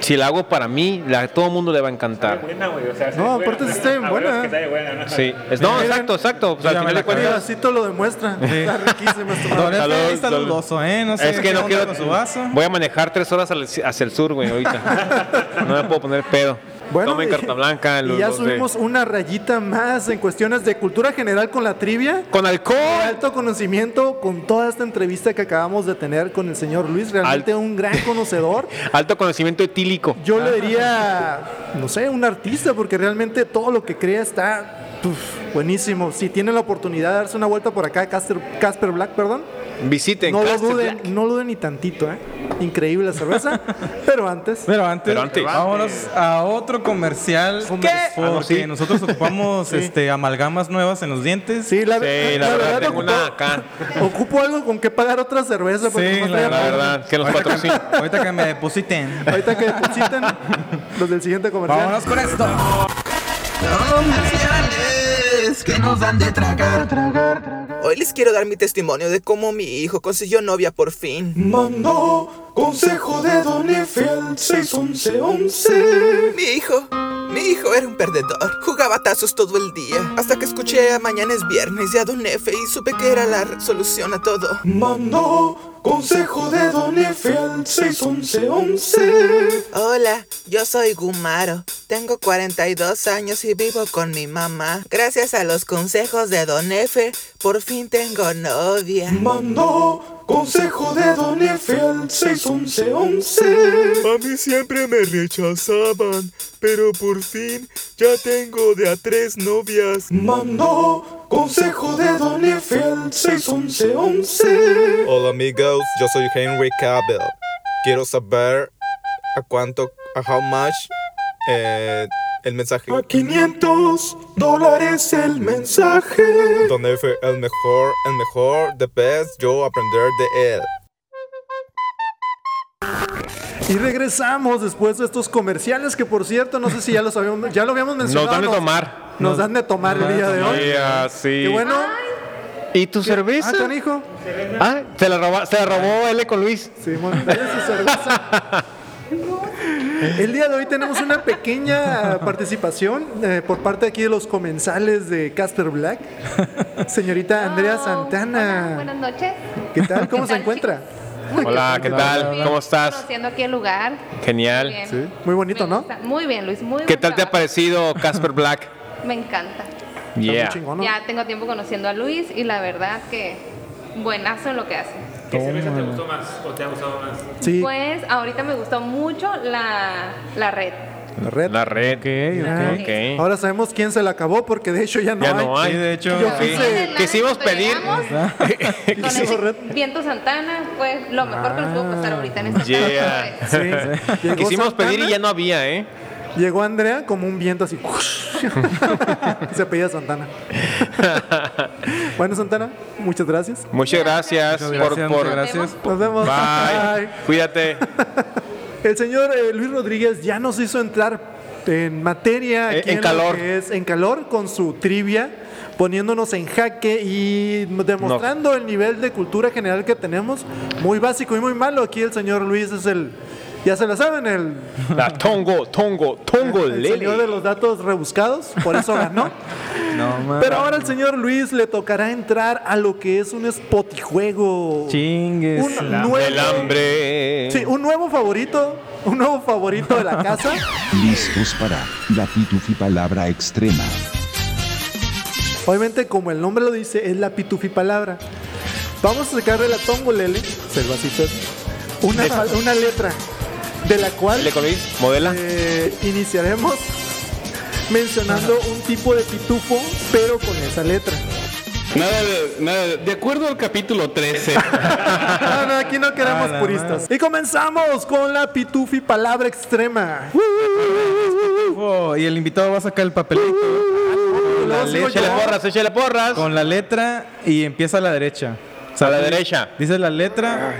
D: si la hago para mí, la, todo el mundo le va a encantar.
F: Buena, güey. O sea,
E: No, aparte sí está bien
F: a huevos
E: buena.
F: que está bien buena, ¿no?
D: Sí. Es- no, exacto, exacto. O sea, al
C: Mira,
D: final de
C: me la
E: El
D: cuentas-
E: vasito lo demuestra. Está riquísima esta
C: Don
E: madre.
C: Efe
D: Salud,
C: está
D: salud.
C: dudoso, ¿eh? No sé
D: es que
C: qué
D: no
C: onda
D: quiero.
C: con su vaso.
D: Voy a manejar tres horas al- hacia el sur, güey, ahorita. No me puedo poner pedo. Tomen
E: y-
D: carta blanca.
E: Y
D: los- eh.
E: ya
D: los de-
E: subimos una rayita más en cuestiones de cultura general con la trivia.
D: Con
E: De
D: alcohol.
E: alto conocimiento con toda esta entrevista que acabamos de tener con el señor Luis, realmente un gran conocedor.
D: Alto conocimiento etílico.
E: Yo le diría, no sé, un artista, porque realmente todo lo que crea está uf, buenísimo. Si tienen la oportunidad de darse una vuelta por acá, Casper, Casper Black, perdón,
D: Visiten.
E: no lo
D: Castle
E: duden,
D: Black.
E: no lo duden ni tantito, ¿eh? Increíble la cerveza, pero antes,
C: Pero antes,
D: Pero antes.
C: vámonos a otro comercial.
E: ¿Qué?
C: Porque
D: Ah, no, sí.
C: nosotros ocupamos este, amalgamas nuevas en los dientes.
E: sí, la,
D: Sí, la verdad, tengo
E: ocupo,
D: una acá.
E: ocupo algo con que pagar otra cerveza, porque
C: Sí,
E: nomás
C: la
E: traía-
D: La verdad, que nos
C: Ahorita que,
D: patrocinen.
C: ahorita que me depositen.
E: ahorita que depositen los del siguiente comercial.
C: Vámonos con esto.
I: comerciales que nos dan de tragar, tragar, tragar. Hoy les quiero dar mi testimonio de cómo mi hijo consiguió novia por fin.
B: Mandó consejo de Don Efe al 61111.
I: Mi hijo. Mi hijo era un perdedor. Jugaba tazos todo el día. Hasta que escuché a mañana es viernes de a Don Efe y supe que era la solución a todo.
B: Mandó consejo de Don Efe al 61111.
I: Hola, yo soy Gumaro. Tengo 42 años y vivo con mi mamá. Gracias a los consejos de Don Efe, por fin tengo novia.
B: Mandó consejo de Don Efe al 61111.
I: A mí siempre me rechazaban, pero por fin ya tengo de a tres novias.
B: Mandó Consejo de Don Efiel 61111.
K: Hola amigos, yo soy Henry Cavill. Quiero saber a cuánto, a how much eh, el mensaje.
B: A 500 dólares el mensaje.
K: Don F, el mejor, el mejor, the best, yo aprender de él.
E: Y regresamos después de estos comerciales que por cierto, no sé si ya los habíamos, ya lo habíamos mencionado.
D: dan de tomar.
E: Nos, dan de tomar el día de hoy.
D: Ya, sí.
E: Y bueno,
D: ¿Y tu cerveza?
E: ah, canijo.
D: Ah, se la, roba- se la robó L con Luis.
E: Simón, dale su cerveza. El día de hoy tenemos una pequeña participación eh, por parte aquí de los comensales de Casper Black. Señorita Andrea
L: Hola,
E: Santana,
L: buenas noches.
E: ¿qué tal? ¿Cómo
L: ¿Qué
E: se
L: tal,
E: encuentra?
D: Hola, ¿qué tal?
L: Bien,
D: ¿Cómo estás?
L: Conociendo aquí el lugar.
D: Genial.
L: Bien. Sí.
E: Muy bonito, ¿no?
L: Está Muy bien, Luis. Muy
D: ¿Qué
L: buen
D: tal te ha
L: trabajo.
D: parecido Casper Black?
L: Me encanta.
D: Yeah.
L: Ya tengo tiempo conociendo a Luis y la verdad que buenazo en lo que hace.
F: ¿Qué cerveza te gustó más o te ha gustado más?
L: Pues ahorita me gustó mucho la, la red.
E: La red.
D: La red.
E: Ah,
D: Ok, ok.
E: Ahora sabemos quién se la acabó porque de hecho ya no
D: Ya
E: hay.
D: no hay.
E: Sí,
D: de hecho.
E: Yo quise-
D: Quisimos pedir.
L: Con el viento Santana fue lo mejor que nos pudo pasar ahorita en esta
D: Yeah.
E: Llegó
D: Quisimos
E: Santana.
D: pedir y ya no había, ¿eh?
E: Llegó Andrea como un viento así. se pedía Santana. bueno, Santana, muchas gracias.
D: Muchas gracias,
C: Muchas
D: por.
C: gracias,
D: por-
C: muchas gracias.
E: Nos vemos.
D: Bye. Cuídate.
E: El señor eh, Luis Rodríguez ya nos hizo entrar en materia,
D: Eh,
E: aquí
D: en
E: lo
D: calor.
E: que es, en calor con su trivia, poniéndonos en jaque y demostrando el nivel de cultura general que tenemos, muy básico y muy malo. Aquí el señor Luis es el, ya se la saben, el,
D: La tongo, tongo, tongo,
E: el señor de
D: lele.
E: los datos rebuscados, por eso ganó.
C: No, mames.
E: Pero ahora el señor Luis le tocará entrar a lo que es un spotijuego.
C: Chingues.
E: Un nuevo,
D: El hambre.
E: sí, un nuevo favorito, un nuevo favorito de la casa.
G: Listos para la pitufi palabra extrema.
E: Obviamente, como el nombre lo dice, es la pitufi palabra. Vamos a sacar de la tongolele, cervacito, una, pal- una letra de la cual
D: Lele con Luis, modela.
E: eh, iniciaremos mencionando un tipo de pitufo, pero con esa letra.
H: Nada de, nada de, de acuerdo al capítulo 13.
E: No, no, aquí no queremos
C: A la
E: puristas. Y comenzamos con la pitufi palabra extrema.
C: Oh, y el invitado va a sacar el papelito
D: Uh,
E: Luego sigo
C: leche,
E: yo.
D: Échale porras, échale porras.
C: con la letra y empieza a la derecha.
D: A la derecha.
C: Dices la letra.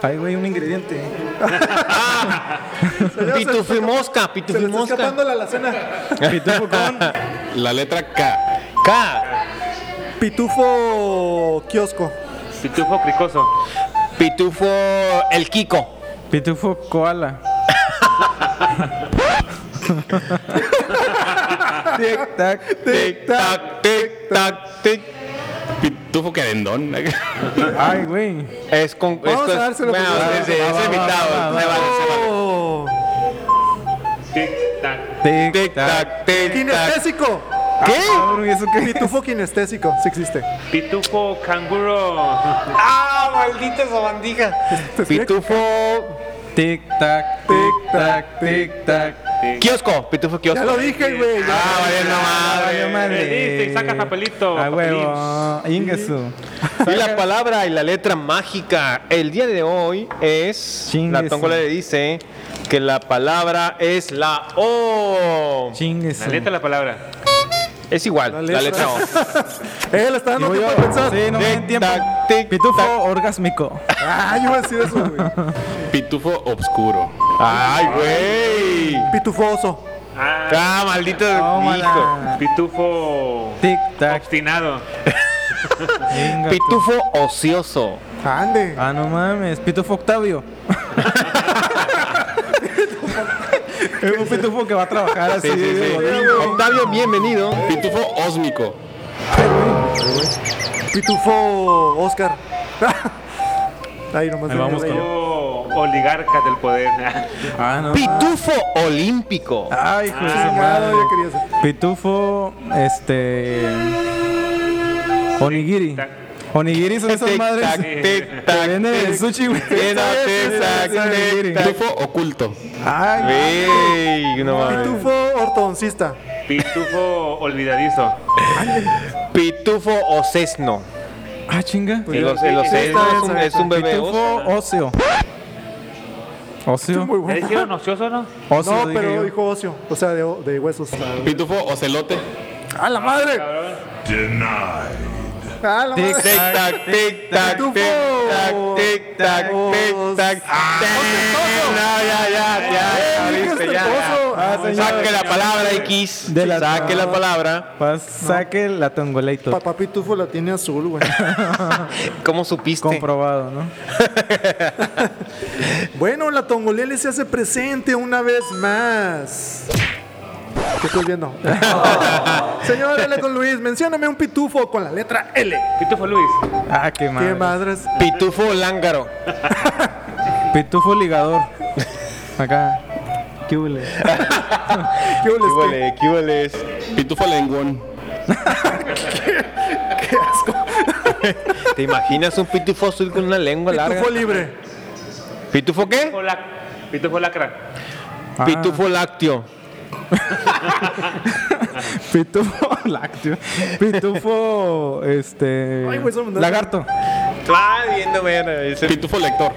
C: Ay, güey, un ingrediente.
D: Pitufi mosca,
E: Se
D: pitufi
E: le está
D: mosca.
E: escapando la alacena.
C: Pitufo con.
H: La letra K.
D: K.
E: Pitufo kiosco.
F: Pitufo cricoso.
D: Pitufo el Kiko.
C: Pitufo koala. Tic tac.
D: Tic tac, tic tac, tic.
H: Pitufo querendón.
C: Ay, güey.
D: Es con. es
E: Vamos
D: con-
E: a dárselo
D: Bueno,
E: por-
D: sí, sí,
C: Va, va,
D: es
C: va, va,
D: invitado.
C: va.
D: Se vale, se vale.
E: Oh,
F: Tic tac.
C: Tic
D: Tic
C: tac.
D: tac, tic tac.
E: kinestésico.
D: ¿Qué?
C: Cabrón, ¿y eso qué?
E: Pitufo kinestésico, si existe.
F: Pitufo canguro.
D: Ah, maldita esa bandija. Pitufo.
C: Tic tac. Tic tac. Tic tac.
D: Kiosco, pitufo kiosco.
E: Ya lo dije, güey. ya.
D: Ah, vale, no madre.
C: Ay, madre.
F: Dice, y saca papelito,
C: A huevo.
F: papelín.
C: Ingesu.
D: Y la palabra y la letra mágica el día de hoy es.
C: Chingue
D: La tongola
C: su-
D: le dice que la palabra es la O.
C: Chingues.
F: La letra de la palabra.
D: Es igual,
E: La
D: la
E: letra.
D: letra, O.
E: Eh, le está dando tiempo a pensar.
C: Sí, no me
D: Tic,
C: dan tiempo.
D: tac, tic,
C: Pitufo
D: tac.
C: orgásmico.
E: Ah, yo iba a decir eso, güey.
H: Pitufo obscuro.
D: Ay, güey.
E: Pitufoso.
F: Ah,
D: Ah, maldita. hijo.
C: Tómala.
F: pitufo
C: Tic tac.
F: obstinado.
C: Chinga tu-
D: Pitufo ocioso.
E: Ande.
C: Ah, no mames. Pitufo Octavio. es un pitufo que va a trabajar así.
D: Octavio, bienvenido.
H: Pitufo ósmico.
E: Pitufo Oscar. Ahí nomás.
C: Ahí vamos
E: se me
C: con-
E: reía.
F: Pitufo oligarca del poder.
C: Ah, no.
D: Pitufo olímpico.
C: Ay, hijo de su
E: Chingado,
C: madre.
E: yo quería eso.
C: Pitufo, este. Onigiri. Onigiri son esas
D: Tic,
C: madres.
D: tac, tic, tac,
C: que venden en el
D: tic.
C: sushi, güey.
D: Tic, tac, tic, tac, tic, tac.
H: Pitufo oculto.
C: Ay,
D: Ey, no mames.
E: Pitufo ortodoncista.
F: Pitufo olvidadizo.
D: Pitufo o sesno.
C: Ah, chinga.
D: El os- el ocesno es un- es un bebé
C: Pitufo óseo. Óseo.
F: ¿Le dijeron ocioso, no?
C: Óseo,
E: no,
C: dije
E: pero
C: yo.
E: dijo ocio, o sea, de, de huesos.
H: Pitufo o celote.
E: ¡A la madre! ¡A Ah, la
D: Tic
E: madre!
D: tac, tic tac, tic tac, tic tac, tic tac. No, Ah, ya, ya, ya, ya, viste,
C: Ah,
D: ya.
C: señor.
D: este Saque la palabra X.
C: De la-
D: Saque la Ah. palabra.
C: Pas- Saque la tongolator.
E: Papá Pitufo la tiene azul, güey.
D: ¿Cómo supiste?
C: Comprobado, ¿no?
E: bueno, la Tongolele se hace presente una vez más. ¿Qué estoy viendo? Señor L con Luis, mencióname un pitufo con la letra L.
F: Pitufo Luis.
C: Ah, qué madre.
E: ¿Qué madres?
D: Pitufo lángaro.
C: Pitufo ligador. Acá. ¿Qué huele?
E: ¿Qué hueles, qué?
D: eh, ¿Qué huele?
H: Pitufo lengüón.
E: Qué asco.
D: ¿Te imaginas un pitufo azul con una lengua larga?
E: Pitufo libre.
D: ¿Pitufo qué?
F: Pitufo lac- Pitufo lacra.
C: Ah.
D: Pitufo lácteo.
C: Pitufo lácteo. Pitufo. Este.
E: Ay, güey, eso me da-
C: lagarto.
D: Ah, viendo, bueno, ese-
H: Pitufo lector.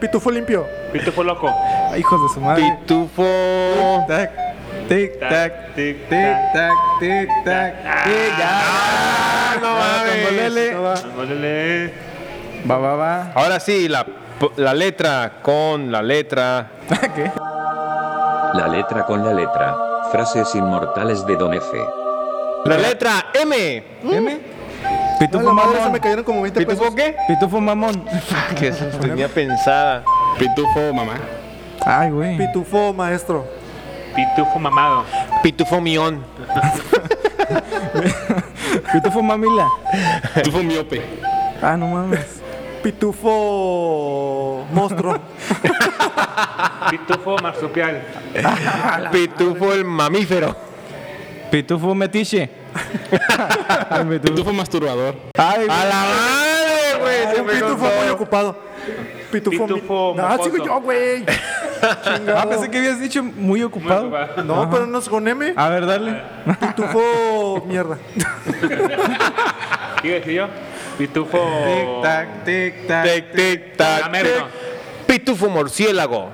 E: Pitufo limpio.
F: Pitufo loco.
C: Hijos de su madre.
D: Pitufo.
C: Tic-tac. Tic-tac. Tic-tac. Tic-tac. tic, ya.
D: Ah, no Ah, mames.
C: Tongolele.
E: No va.
F: Ándale.
C: Va, va, va.
D: Ahora sí, la, la letra con la letra.
C: ¿Qué?
M: La letra con la letra. Frases inmortales de Don F.
D: La letra M.
C: ¿M?
E: A
C: Pitufo
E: la madre se
C: mamón.
E: me cayeron como 20
D: ¿Pitufo
E: pesos.
D: qué?
C: Pitufo mamón.
D: Que se tenía pensada.
H: Pitufo mamá.
C: Ay, güey.
E: Pitufo maestro.
F: Pitufo mamado.
D: Pitufo mión.
C: Pitufo mamila.
H: Pitufo miope.
C: Ah, no mames.
E: Pitufo monstruo.
F: Pitufo marsupial.
D: Pitufo el mamífero.
C: Pitufo metiche. Ay, pitufo.
H: Pitufo masturbador.
C: Ay,
D: A la madre, güey. se
E: un
D: me
E: pitufo
D: contó.
E: muy ocupado. Pitufo. mi-
F: Pitufo
E: no, sigo
F: mocoso.
E: yo, güey.
C: Ah,
E: Chingado.
C: pensé que habías dicho muy ocupado.
F: ocupado.
E: No, pero no es con M.
C: A ver, dale.
E: Pitufo mierda.
F: ¿Qué iba a decir yo? Pitufo.
C: tic, tac.
D: Oh. Tic, tic, tac,
F: Gamero.
D: tic. Pitufo murciélago.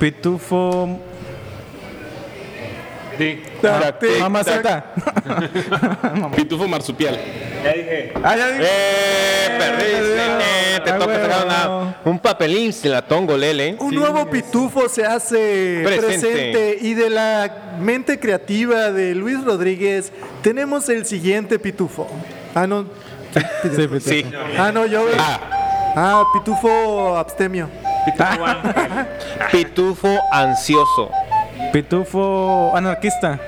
C: Pitufo.
F: Tic.
D: Tac, tic,
C: Mamacita.
H: Pitufo marsupial.
F: Ya dije.
C: Ah, ya dije.
D: Eh, perdiste. eh, te
C: Ah,
D: toca
C: huevo.
D: sacar una- un papelín, se la tongo, Lele.
E: Un nuevo pitufo se hace
D: Presente.
E: presente. y de la mente creativa de Luis Rodríguez tenemos el siguiente pitufo. Ah, no.
C: Sí, pitufo.
D: Sí.
E: Ah, no, yo. Ah, pitufo abstemio.
F: Pitufo ángel.
D: Pitufo ansioso.
C: Pitufo anarquista.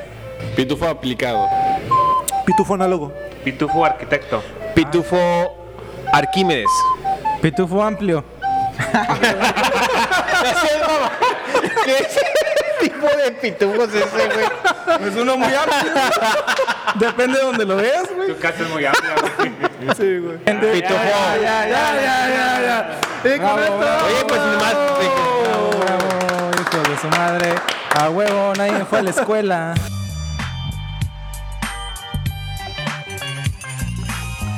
H: Pitufo aplicado.
E: Pitufo análogo.
F: Pitufo arquitecto.
D: Pitufo Arquímedes.
C: Pitufo amplio.
D: ¿Qué tipo de pitufos es ese, güey?
C: Es uno muy amplio. Depende de donde lo veas, güey.
F: Tu casa es muy amplia. güey.
E: Sí, güey.
D: Pitufo.
E: Ya, ya, ya, ya, ya. Y con
C: Bravo,
E: esto-
C: bravo.
D: Oye, pues nomás.
C: Bravo, hijo de su madre. A huevo, nadie fue a la escuela.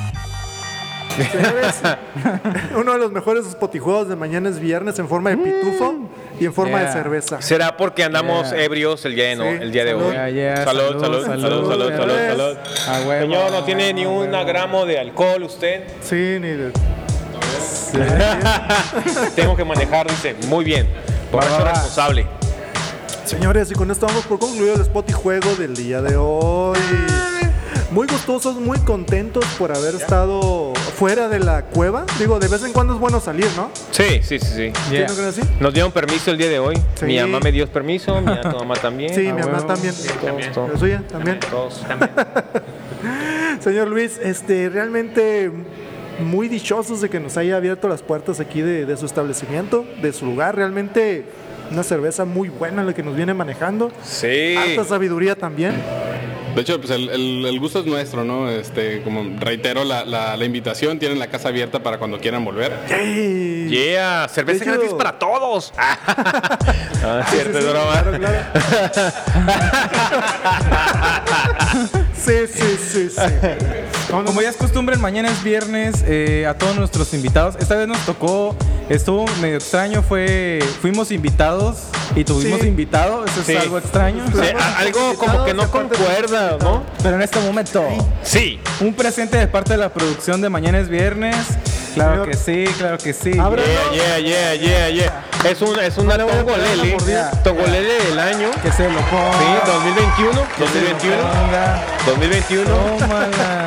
E: Señores, Uno de los mejores spotijuegos de mañana es viernes en forma de pitufo y en forma
C: Yeah.
E: de cerveza.
D: Será porque andamos
C: Yeah.
D: ebrios el día de, no-
E: Sí,
D: el día de
E: salud.
D: hoy.
C: Ya, ya,
D: salud, salud, salud, salud, salud, salud.
C: A huevo.
D: Señor, no tiene ni
C: a
D: un
C: huevo.
D: gramo de alcohol usted.
E: Sí, ni de-
D: Tengo que manejar, dice. Muy bien.
C: Va,
D: Borracho
C: va, va.
D: responsable.
E: Señores, y con esto vamos por concluido el spot y juego del día de hoy. Muy gustosos, muy contentos por haber estado fuera de la cueva. Digo, de vez en cuando es bueno salir, ¿no?
D: Sí, sí, sí, sí.
E: ¿Sí,
C: Yeah.
E: no creen así?
D: Nos dieron permiso el día de hoy.
E: Sí.
D: Mi mamá me dio permiso, mi tu mamá también.
E: Sí,
D: Ah,
E: mi mamá
C: huevo.
E: también.
D: también.
E: La suya también.
D: Todos.
E: Señor Luis, este, realmente muy dichosos de que nos haya abierto las puertas aquí de, de su establecimiento, de su lugar. Realmente una cerveza muy buena la que nos viene manejando.
D: Sí.
E: Harta sabiduría también.
H: De hecho, pues el, el- el gusto es nuestro, ¿no? Este, como reitero la, la- la invitación, tienen la casa abierta para cuando quieran volver.
D: Yeah, cerveza
H: De hecho-
D: gratis para todos. no, es cierto, es
H: sí,
D: broma.
B: Sí, sí, sí, sí.
C: Como ya es costumbre, mañana es viernes eh, a todos nuestros invitados. Esta vez nos tocó, estuvo medio extraño, fue fuimos invitados y tuvimos
D: Sí.
C: invitado, eso es
D: Sí.
C: algo extraño.
D: Sí, a- algo como que no concuerda, ¿no?
C: Pero en este momento,
D: sí.
C: Un presente de parte de la producción de mañana es viernes. Claro que sí, claro que sí.
D: Yeah, yeah, yeah, yeah, yeah. Es un es una tongolele, tongolele del año.
C: Que se lo ponga.
D: Sí, 2021,
C: Que se lo
D: 2021,
C: ponga.
D: 2021.
C: Tómala.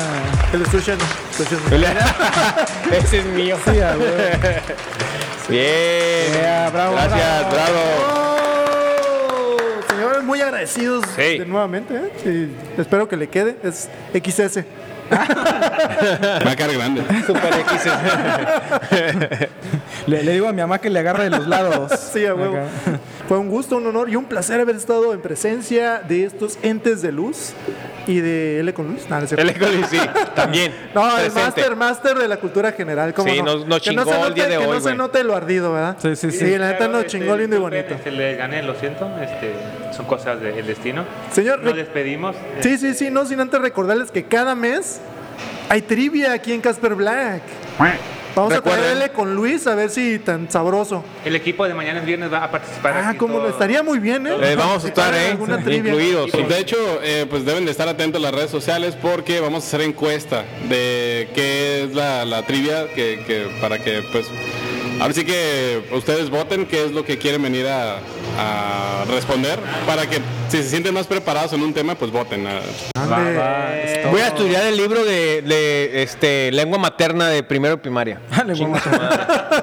B: Que lo escuchen.
D: Ese es mío.
C: Sí, a huevo.
D: Bien. Gracias, bravo.
B: Señores, muy agradecidos
D: Sí.
B: de- nuevamente. ¿eh? Y espero que le quede. Es XS.
H: Va a quedar grande.
C: Oh.
D: Super X.
C: Le, le digo a mi mamá que le agarre de los lados.
B: Sí, a huevo.
C: Acá.
B: Fue un gusto, un honor y un placer haber estado en presencia de estos entes de luz y de L con Luis. No, no es cierto.
D: El Ecoli, sí, también.
B: No, el
D: Presente.
B: máster, máster de la cultura general. ¿cómo
D: Sí,
B: no?
D: nos- nos
B: Que no se
D: chingó el día
B: note-
D: de
B: Que
D: hoy,
B: no se
D: güey.
B: note lo ardido, ¿verdad?
C: Sí, sí,
B: Sí, la neta
F: Claro,
B: nos
F: este,
B: chingó lindo y
F: disculpen,
B: bonito.
F: este, le gané, lo siento. Este, son cosas del destino.
B: Señor,
F: nos
B: rec-
F: despedimos.
B: Sí, sí, sí, no sin antes recordarles que cada mes hay trivia aquí en Casper Black. Vamos a
F: Recuerden.
B: traerle con Luis a ver si tan sabroso.
F: El equipo de mañana es viernes va a participar.
B: Ah, como lo estaría muy bien, ¿eh?
F: Eh, vamos a estar, ¿eh?
B: Alguna trivia.
H: Pues, de hecho, eh, pues deben de estar atentos a las redes sociales porque vamos a hacer encuesta de qué es la, la trivia que, que- para que pues ahora sí que ustedes voten qué es lo que quieren venir a, a responder para que si se sienten más preparados en un tema pues voten. ah.
D: Voy a estudiar el libro de, de, este, lengua materna de primero de primaria.
C: Ah,
D: Chingue su madre.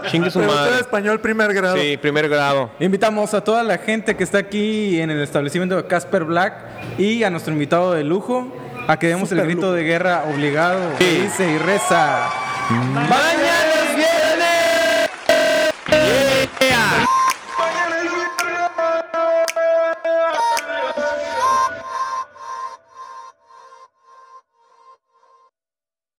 D: Chingue su
B: Pregunta de
D: madre.
B: español primer grado.
D: Sí, primer grado.
C: Invitamos a toda la gente que está aquí en el establecimiento de Casper Black y a nuestro invitado de lujo a que demos el grito de guerra obligado que dice y reza. ¡Mañana